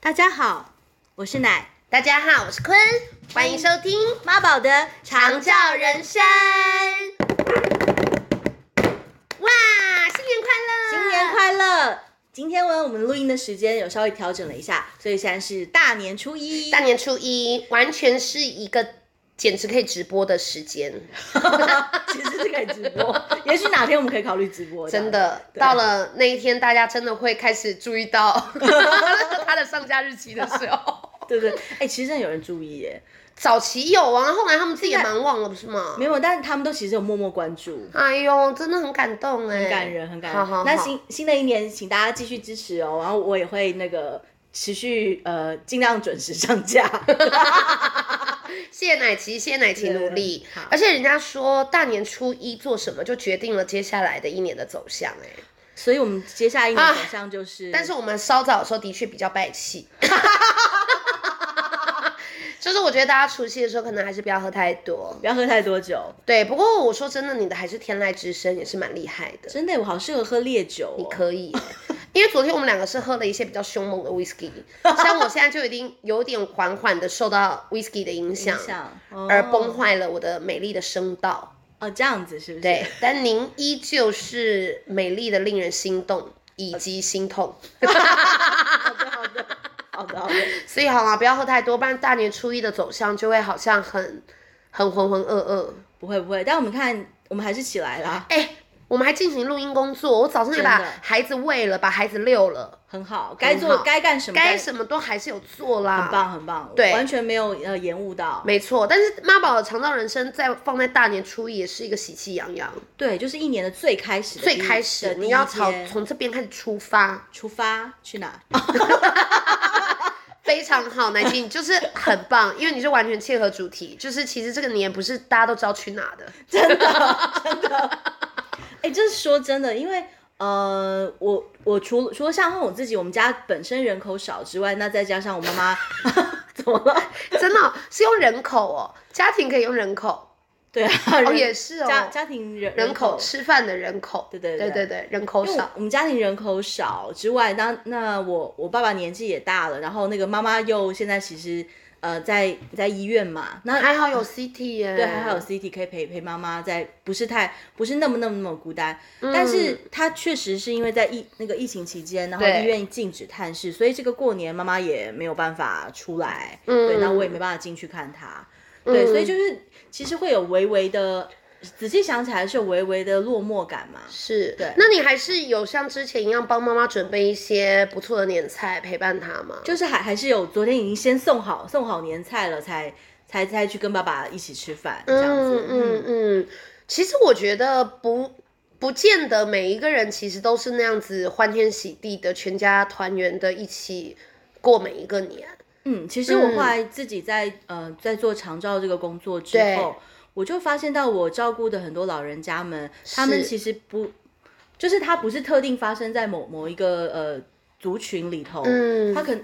大家好，我是奶大家好，我是坤，欢迎收听《妈宝的长照人生》。哇，新年快乐！新年！快乐！今天呢，我们录音的时间有稍微调整了一下，所以现在是大年初 一。大年初一完全是一个简直可以直播的时间，啊其实是可以直播， 也许哪天我们可以考虑直播。真的。对啊到了那一天，大家真的会开始注 意到它的上架日期的时候。对对，哎、其实真的有人注意耶，早期有啊，后来他们自己也蛮忘了，不是吗没？有，但是他们都其实有默默关注。哎呦，真的很感动哎，很感人，很感好人。好好那新新的一年，请大家继续支持哦。然后我也会那个持续呃，尽量准时上架。 谢谢奶琪，谢谢奶琪对努力好。而且人家说大年初一做什么，就决定了接下来的一年的走向、哎，所以我们接下来一年走向就是，啊但是我们稍早的时候的确比较败气， 就是我觉得大家除夕的时候可能还是不要喝太多。不要喝太多酒。对，不过我说真的，你的还是天籁之声，也是蛮厉害的，真的，我好适合喝烈酒、你哦。可以、哎因为昨天我们两个是喝了一些比较凶猛的 whisky，像我现在就已经有点缓缓的受到 whisky 的影响影，响哦而崩坏了我的美丽的声道。哦，这样子是不是？对，但您依旧是美丽的，令人心动以及心痛。好的，好的，好的，好 的。所以好啦，不要喝太多，不然大年初一的走向就会好像很很浑浑噩噩。不会不会，但我们看，我们还是起来啦，哎、我们还进行录音工作，我早上也把真的孩子喂了，把孩子遛了，很好，该做好该干什么，该什么都还是有做啦。很棒很棒，对完全没有呃延误到。没错，但是妈宝的肠道人生在放在大年初一也是一个喜气洋洋，对，就是一年的最开始的第最一，开始的嗯第你一要朝天从这边开始出发，出发去哪？非常好，奶青，你就是很棒，因为你是完全切合主题， 就是其实这个年不是大家都知道去哪的，哎、这是说真的，因为呃，我我除了除了像我自己，我们家本身人口少之外，那再加上我妈 妈怎么了？ 真的哦、是用人口哦，家庭可以用人口，对啊，哦人也是哦，家家庭人人口吃饭的人口，对对对对对人口因为我少，我们家庭人口少之外，那那我我爸爸年纪也大了，然后那个妈妈又现在其实呃在在医院嘛，那还好有 CT 耶，对还好有 CT 可以陪陪妈妈在，不是太不是那么那么那么孤单，嗯但是她确实是因为在疫那个疫情期间，然后对医院禁止探视，所以这个过年妈妈也没有办法出来，嗯对，那我也没办法进去看她，对，所以就是其实会有微微的。仔细想起来是有微微的落寞感嘛，是，对那你还是有像之前一样帮妈妈准备一些不错的年菜陪伴她吗？就是还还是有，昨天已经先送好送好年菜了，才才才去跟爸爸一起吃饭这样子。嗯嗯嗯，其实我觉得不不见得每一个人其实都是那样子欢天喜地的，全家团圆的一起过每一个年。嗯，其实我后来自己在、呃在做长照这个工作之后对，我就发现到我照顾的很多老人家们，他们是其实不，就是他不是特定发生在某某一个呃族群里头，嗯他可能。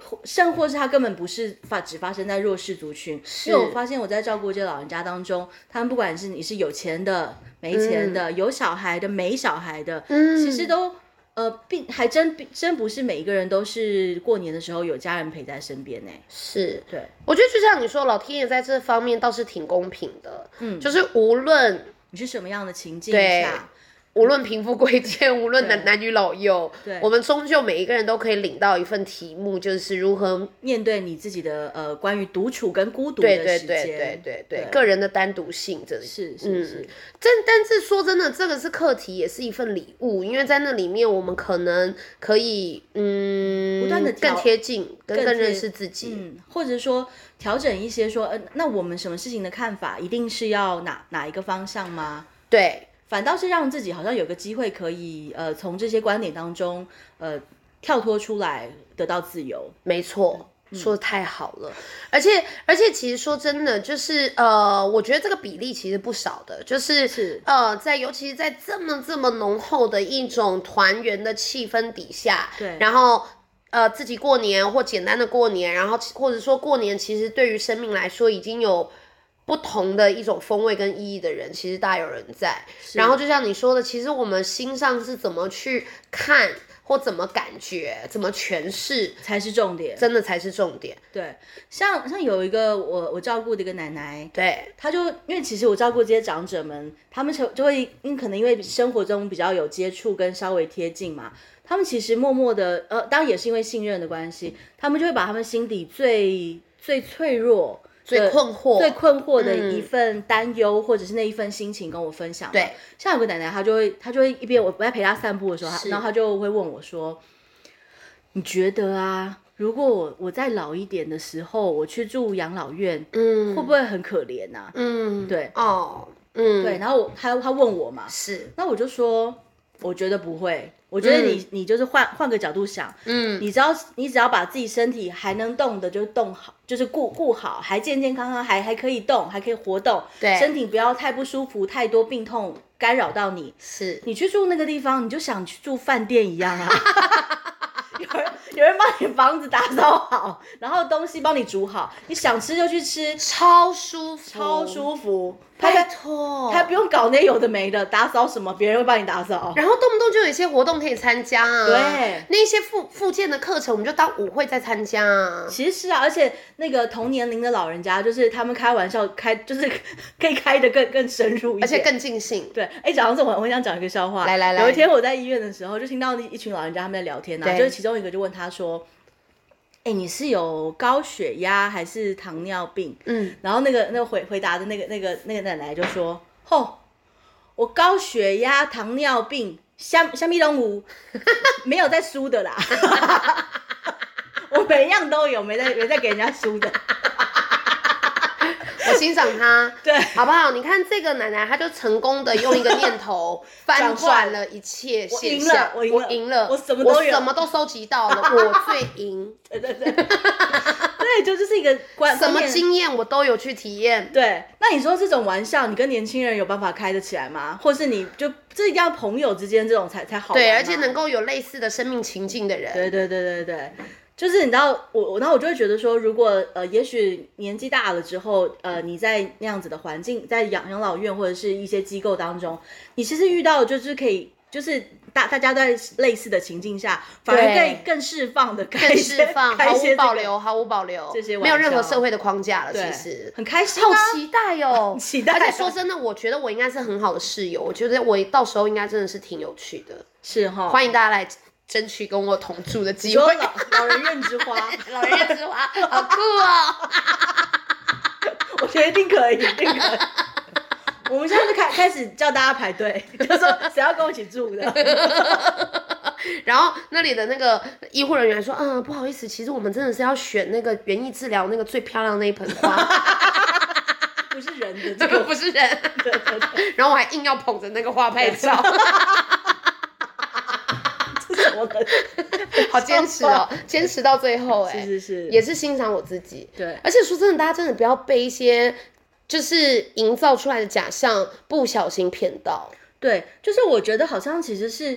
或甚或是他根本不是发只发生在弱势族群，因为我发现我在照顾这些老人家当中，他们不管是你是有钱的、没钱的、有小孩的、没小孩的，嗯其实都呃，并还真并真不是每一个人都是过年的时候有家人陪在身边呢。是，对，我觉得就像你说，老天爷在这方面倒是挺公平的。嗯，就是无论你是什么样的情境对下？无论贫富贵贱，无论对男男女老幼，对我们终究每一个人都可以领到一份题目，就是如何面对你自己的呃，关于独处跟孤独对的对时间，对对对对对个人的单独性这嗯是是是，但但是说真的，这个是课题，也是一份礼物，因为在那里面，我们可能可以嗯，不断地调更贴近，跟更贴认识自己。嗯，或者说调整一些说，呃，那我们什么事情的看法，一定是要哪哪一个方向吗？对，反倒是让自己好像有个机会可以呃，从这些观点当中呃跳脱出来，得到自由。没错，嗯说的太好了。而且而且，其实说真的，就是呃，我觉得这个比例其实不少的，就是是呃，在尤其是在这么这么浓厚的一种团圆的气氛底下，对然后。呃，自己过年或简单的过年，然后其或者说过年，其实对于生命来说已经有不同的一种风味跟意义的人，其实大有人在。然后就像你说的，其实我们心上是怎么去看或怎么感觉、怎么诠释，才是重点。真的才是重点。对，像像有一个我我照顾的一个奶奶，对，她就因为其实我照顾这些长者们，他们就就会因可能因为生活中比较有接触跟稍微贴近嘛，他们其实默默的呃，当然也是因为信任的关系，他们就会把他们心底最最脆弱、最困惑，最困惑的一份担忧、或者是那一份心情跟我分享。嗯对，像有个奶奶，她就会她就会一边我在陪她散步的时候，她是然后她就会问我说：“你觉得啊，如果我我再老一点的时候，我去住养老院，嗯会不会很可怜呐、嗯，对哦，嗯，对，，然后我她她问我嘛，是，那我就说，我觉得不会。我觉得你、你就是换换个角度想，嗯，你只要你只要把自己身体还能动的就动好，就是顾顾好，还健健康康，还还可以动，还可以活动，对身体不要太不舒服，太多病痛干扰到你。是，你去住那个地方，你就想去住饭店一样啊。有人有人帮你房子打扫好，然后东西帮你煮好，你想吃就去吃，超舒服，超，舒服。他拜在托，他不用搞那有的没的，打扫什么别人会帮你打扫。然后动不动就有一些活动可以参加啊，对那一些附附件的课程，我们就当舞会在参加啊。其实是啊，而且那个同年龄的老人家，就是他们开玩笑开，就是可以开的更更深入一点，而且更尽兴，对。哎，讲到这，我我想讲一个笑话。来来来有一天我在医院的时候，就听到一群老人家他们在聊天啊，对就是其中一个就问他说：“哎，你是有高血压还是糖尿病？”嗯，然后那个那个回回答的那个那个那个奶奶就说：“吼，我高血压、糖尿病，虾虾米都有， 没有在输的啦。 我每一样都有，没在没在给人家输的。嗯我欣赏他，对好不好？你看这个奶奶，她就成功的用一个念头翻 转换转了一切我现赢象了，我赢了赢了，我什么都有什么都收集到了，我最 赢，对对对，对，就这是一个观什么观念经验我都有去体验，对，那你说这种玩笑，你跟年轻人有办法开得起来吗？或是你就这一定要朋友之间这种才才好玩啊嘛？对，而且能够有类似的生命情境的人，对对对对对，就是你知道我，我然后我就会觉得说，如果呃，也许年纪大了之后，呃，你在那样子的环境，在养养老院或者是一些机构当中，你其实遇到的就是可以，就是大大家都在类似的情境下，反而对更更释放的，更释放， 开毫一些无保这个，留，毫无保留这些，玩没有任何笑社会的框架了，对其实。很开心、啊，！好期待哦期待啊而且说真的，我觉得我应该是很好的室友，我觉得我到时候应该真的是挺有趣的，是哈，欢迎大家来争取跟我同住的机有会。老老人院之花，老人院之花，好酷哦！ 我觉得一定可以，一定可以。 我们现在就开开始叫大家排队， 就说谁要跟我一起住的。 然后那里的那个医护人员说：“嗯，不好意思，其实我们真的是要选那个园艺治疗那个最漂亮那一盆 花，不是人的这这个个，不是人。对对对，”然后我还硬要捧着那个花拍 照，这是我的，好坚持哦，坚持到 最后哎、是是是，也 是欣赏我自己。对而且说真的，大家真的不要被一些就是营造出来的假象不小心骗到。对，就是我觉得好像其实是，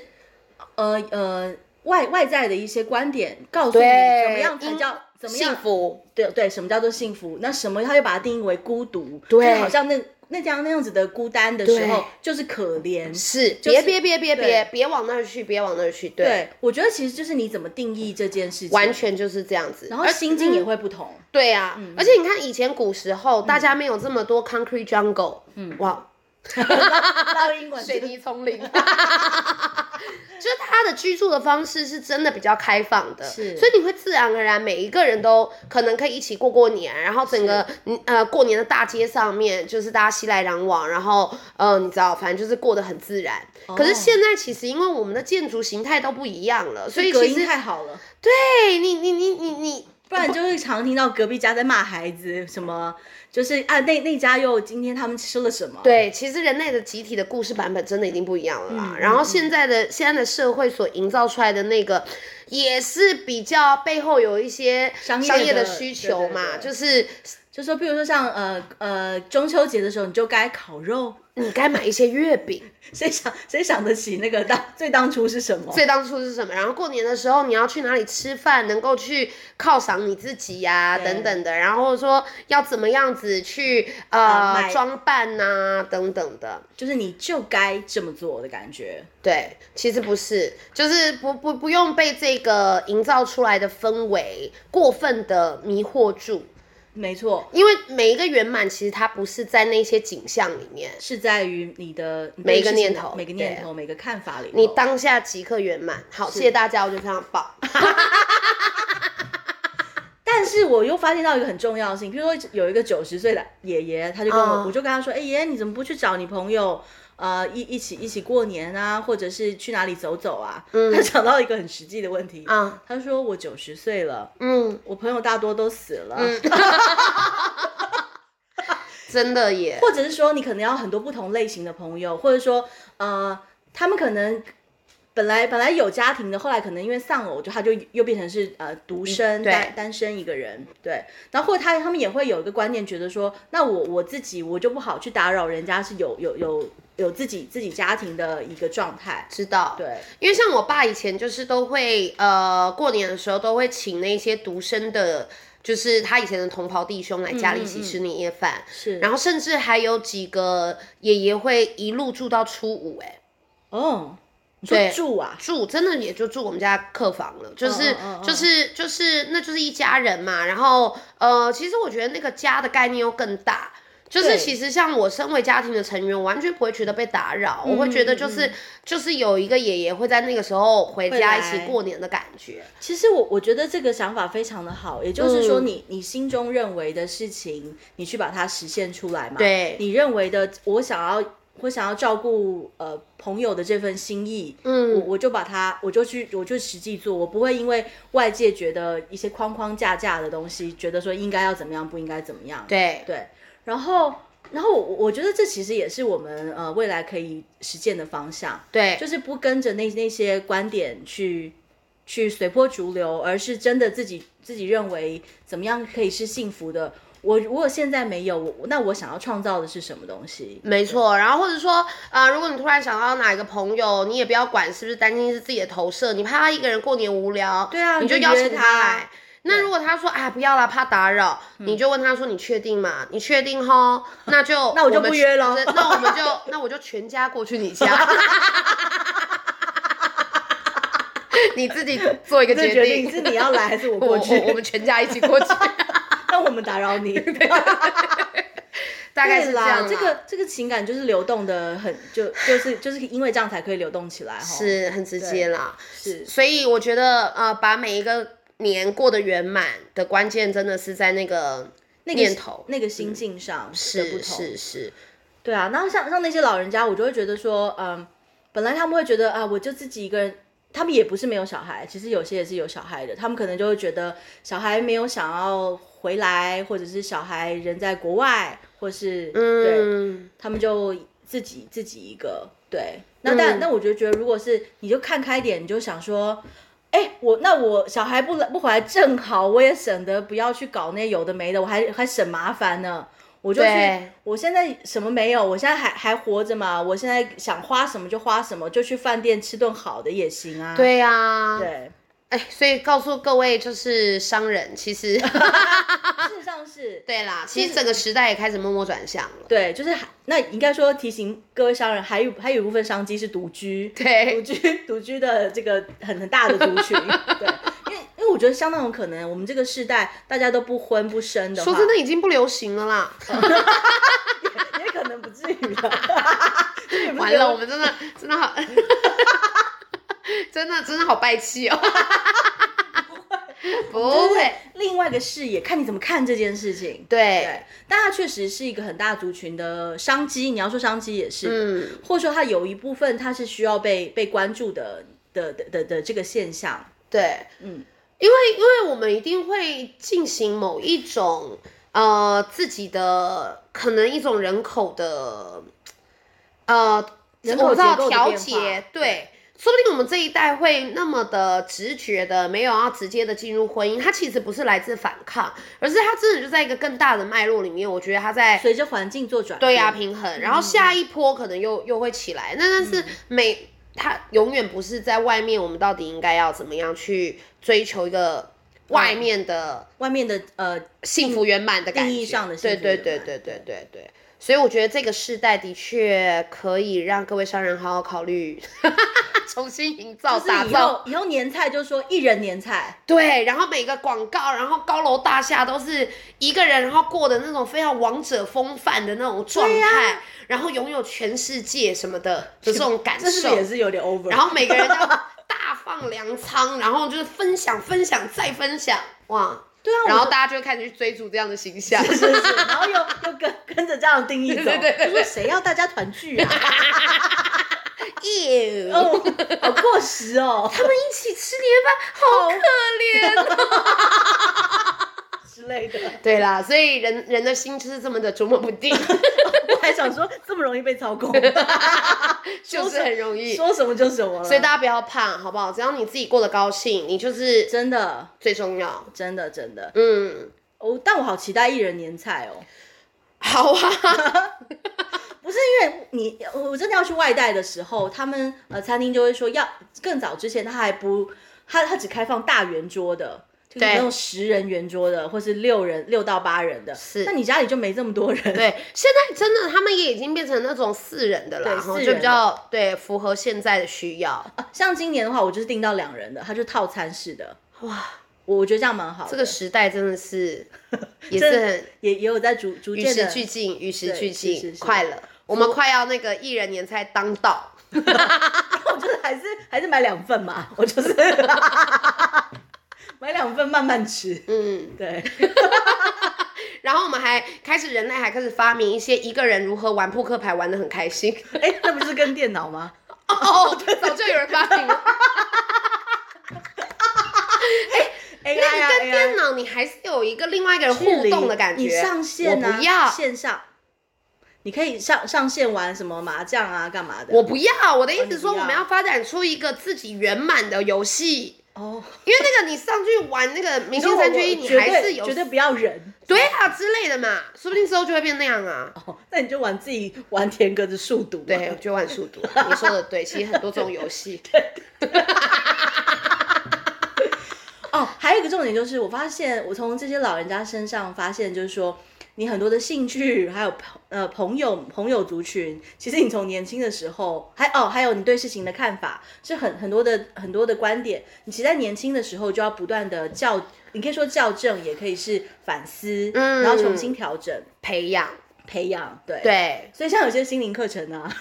呃呃，外外在的一些观点告诉你对怎么样才叫因怎么幸样，福，对对，什么叫做幸福？那什么他就把它定义为孤独，对就好像那那样那样子的孤单的时候对就是可怜，是就是别别别别对别别往那儿去，别往那儿去，对，对，我觉得其实就是你怎么定义这件事情，完全就是这样子。然后而心嗯境也嗯会不 同，对呀、而且你看以前古时候，嗯大家没有这么多 concrete jungle，嗯，哇，到英文水泥 丛林。就是他的居住的方式是真的比较开放的，是所以你会自然而然每一个人都可能可以一起过过年，然后整个嗯呃过年的大街上面就是大家熙来攘往，然后呃你知道，反正就是过得很自然。哦可是现在其实因为我们的建筑形态都不一样了，所以隔其音实太好了。对你你你你你不然就会常听到隔壁家在骂孩子，什么就是啊，那那家又今天他们吃了什么？对，其实人类的集体的故事版本真的已经不一样了啦。嗯然后现在的现在的社会所营造出来的那个，也是比较背后有一些商业业的需对求对嘛，对就是就说比如说像呃呃中秋节的时候，你就该烤肉， 你该买一些月饼，谁想谁想得起那个当最当初是什么？最当初是什么？然后过年的时候你要去哪里吃饭，能够去犒赏你自己呀、对等等的。然后说要怎么样子去呃买装扮呐、等等的。就是你就该这么做的感觉。对，其实不是，就是不不不用被这个营造出来的氛围过分的迷惑住，没错，因为每一个圆满其实它不是在那些景象里面，是在于你的你对每一个事情念的头每个对念头、每个看法里头。你当下即刻圆满。好，谢谢大家，我觉得非常棒。但是我又发现到一个很重要的事情，比如说有一个九十岁的爷爷，他就跟我，嗯我就跟他说，哎、爷爷你怎么不去找你朋友，呃，一一起一起过年啊，或者是去哪里走走啊？他讲到一个很实际的问题，啊，他说我九十岁了，嗯，我朋友大多都死了。真的耶，或者是说你可能要很多不同类型的朋友，或者说呃，他们可能本来本来有家庭的，后来可能因为丧偶，就他就又变成是呃独生嗯对单单身一个人，对。然后或者他他们也会有一个观念，觉得说，那我我自己我就不好去打扰人家，是有有有有自己自己家庭的一个状态，知道。对，因为像我爸以前就是都会呃过年的时候都会请那些独生的，就是他以前的同袍弟兄来家里一起吃年夜饭，是。然后甚至还有几个爷爷会一路住到初五、哎，哦，你说对住啊，住真的也就住我们家客房了，就是、嗯嗯嗯就是就是那就是一家人嘛。然后呃，其实我觉得那个家的概念又更大。就是对其实像我身为家庭的成员，我完全不会觉得被打扰，我会觉得嗯就是、就是有一个爷爷会在那个时候回会家来一起过年的感觉。其实我我觉得这个想法非常的好，也就是说嗯你，你心中认为的事情，你去把它实现出来嘛。对你认为的，我想要我想要照顾呃朋友的这份心意，嗯我我就把它，我就去，我就实际做，我不会因为外界觉得一些框框架架的东西，觉得说应该要怎么样，不应该怎么样。对对，然后然后我我觉得这其实也是我们呃未来可以实践的方向。对，就是不跟着那那些观点去去随波逐流，而是真的自己自己认为怎么样可以是幸福的。我如果现在没有，我那我想要创造的是什么东西？没错，然后或者说，呃，如果你突然想到哪一个朋友，你也不要管是不是担心是自己的投射，你怕他一个人过年无聊，对啊你你就邀约请他嗯他来。那如果他说，哎，不要啦，怕打扰，你就问他说，你确定吗？你确定吼？那就 那我就们不约咯是那我们就那我就全家过去 你家，你自己做一个这决决定是你要来还是我我过我去？我们全家一 起过去，让我们打扰 你。大概对是这啦样啦。，这个这个情感就是流动的很，就就是就是因为这样才可以流动起来。吼是很直接啦。是，所以我觉得，呃，把每一个年过得圆满的关键，真的是在那个那个念头，那个心境上的不是同。是是，对啊，然后像像那些老人家，我就会觉得说，嗯，本来他们会觉得啊，我就自己一个人，他们也不是没有小孩，其实有些也是有小孩的，他们可能就会觉得小孩没有想要回来，或者是小孩人在国外，或是、对，嗯，他们就自己自己一个，对。那但、嗯那我就觉得，如果是你就看开一点，你就想说。哎，我那我小孩不来不回来，正好我也省得不要去搞那有的没的，我还还省麻烦呢。我就去对，我现在什么没有，我现在还还活着嘛，我现在想花什么就花什么，就去饭店吃顿好的也行啊。对呀，对，哎，所以告诉各位，就是商人，其 事实实上是。对啦，其实整个时代也开始默默转向了，对，就是还那应该说提醒各位商人，还有还有一部分商机是独居，独对，居 独居的这个很很大的族 群，对，因为因为我觉得相当有可能，我们这个世代大家都不婚不生的话，说真的已经不流行了啦，的也可能不 至于了，也不是完了，我们真的真的好， 真的真的好败气哦， 不就是会，另外一个视野，看你怎么看这件事情。对，对，但它确实是一个很大族群的商机。你要说商机也是，嗯。或者说它有一部分它是需要被被关注的的的的的这个现象。对，嗯，因为因为我们一定会进行某一种呃自己的可能一种人口的呃人口我知结道构的调变节化，对。说不定我们这一代会那么的直觉的，没有要直接的进入婚姻，它其实不是来自反抗，而是它真的就在一个更大的脉络里面。我觉得它在随着环境做转变，对呀、平衡，然后下嗯一波可能又、又会起来。那但是每它永远不是在外面，我们到底应该要怎么样去追求一个外面的外面的呃幸福圆满的感觉？嗯定义上的幸对福圆对满对对对对对。所以我觉得这个世代的确可以让各位商人好好考虑， 重新营造、就是打以造。后以后年菜就说一人年菜，对，然后每个广告，然后高楼大厦都是一个人，然后过的那种非常王者风范的那种状态，然后拥有全世界什么的的这种感这是不是也受，是有点 over？然后每个人都要大放粮仓，然后就是分享、分享再分享，哇！对啊，然我后大家就会开始去追逐这样的形 象。是是是，然后又又跟跟着这样的定义走，对对对对就说谁要大家团聚啊？ 耶，哦，好过时哦他们一起吃年饭，好可怜。之类的。 对啦，所以人人的心就是这么的琢磨不定， 我还想说这么容易被操控，就是很容易。说什么就什么了。所以大家不要怕，好不好？只要你自己过得高兴，你就是真的最重要。真的真的，嗯，哦，但我好期待一人年菜哦。好啊， 不是因为你，我真的要去外带的时候，他们呃餐厅就会说要更早之前他还不，他他只开放大圆桌的，就是对那种十人圆桌的，或是六人六到八人的。是那你家里就没这么多人。对，现在真的他们也已经变成那种四人的啦，对然后四就人比较对符合现在的需要。啊 像今年的话，我就是订到两人的，它就是套餐式的，哇，我我觉得这样蛮好的。这个时代真 的是也这是很也也有在逐逐与渐时的俱进，与时对俱是进是，是快了，我们快要那个一人年菜当道。 我就是还是还是买两份嘛， 我 就是买两份慢慢吃。嗯， 对，然后我们还开始，人类还开始发明一些一个人如何玩扑克牌玩的很开心。 哎、那不是跟电脑吗？哦，早就有人发明了。 哎呀那呀个哎跟呀电脑你还是有一个另外一个人互动的感觉。你上线啊，我不要，线上，你可以上上线玩什么麻将啊，干嘛的？我不要。我的意思说，哦你不要我们要发展出一个自己圆满的游戏。哦，因为那个你上去玩那个明星三缺一，如果你我绝对还是有绝对不要人对啊之类的嘛，说不定之后就会变那样啊。哦，那你就玩自己玩田格子数独嘛，啊对，就玩数独。你说的对，其实很多这种 游戏。哦，还有一个重点就是，我发现我从这些老人家身上发现，就是说，你很多的兴趣，还有朋呃朋友朋友族群，其实你从年轻的时候，还哦还有你对事情的看法，是很很多的很多的观点，你其实在年轻的时候就要不断的校，你可以说校正，也可以是反思，嗯然后重新调整培养，培养，对。对，所以像有些心灵课程啊，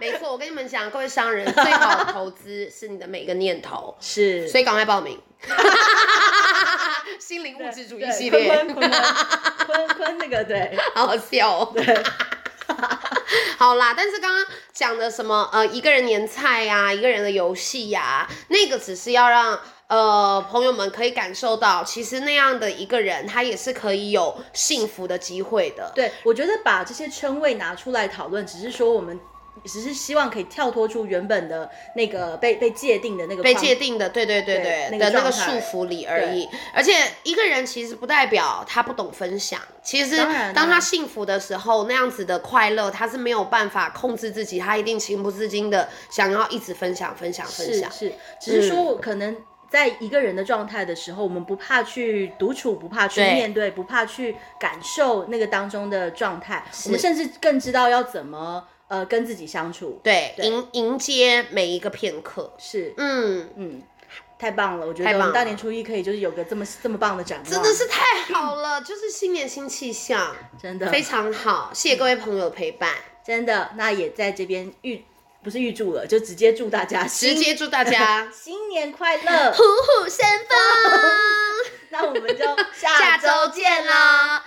没错。我跟你们讲，各位商人，最好的投资是你的每个念头，是所以赶快报 名。心灵物质主义对系坤列，坤坤坤坤坤那个对，好好笑哦。 好啦，但是刚刚讲的什么呃，一个人年菜呀、一个人的游戏呀、那个只是要让呃朋友们可以感受到，其实那样的一个人，他也是可以有幸福的机会的。对，我觉得把这些称谓拿出来讨论，只是说我们只是希望可以跳脱出原本的那个被被界定的那个被框界定的，对对对对对那个的那个状束态缚里而已。而且一个人其实不代表他不懂分享，其实当然啊当他幸福的时候，那样子的快乐他是没有办法控制自己，他一定情不自禁的想要一直分享、分享、分是享。是，只是说嗯我可能在一个人的状态的时候，我们不怕去独处，不怕去对面对，不怕去感受那个当中的状态，我们甚至更知道要怎么呃跟自己相处。对，对迎迎接每一个片刻。是，嗯，嗯，太棒了！我觉太得我们棒了大年初一可以就是有个这么这么棒的展望，真的是太好了， 就是新年新气象，真的非常好。谢谢各位朋友的陪伴，真的，那也在这边预不是预祝了，就直接祝大家直新接祝大家新年快 乐。虎虎生风。那我们就 下下周见。啦！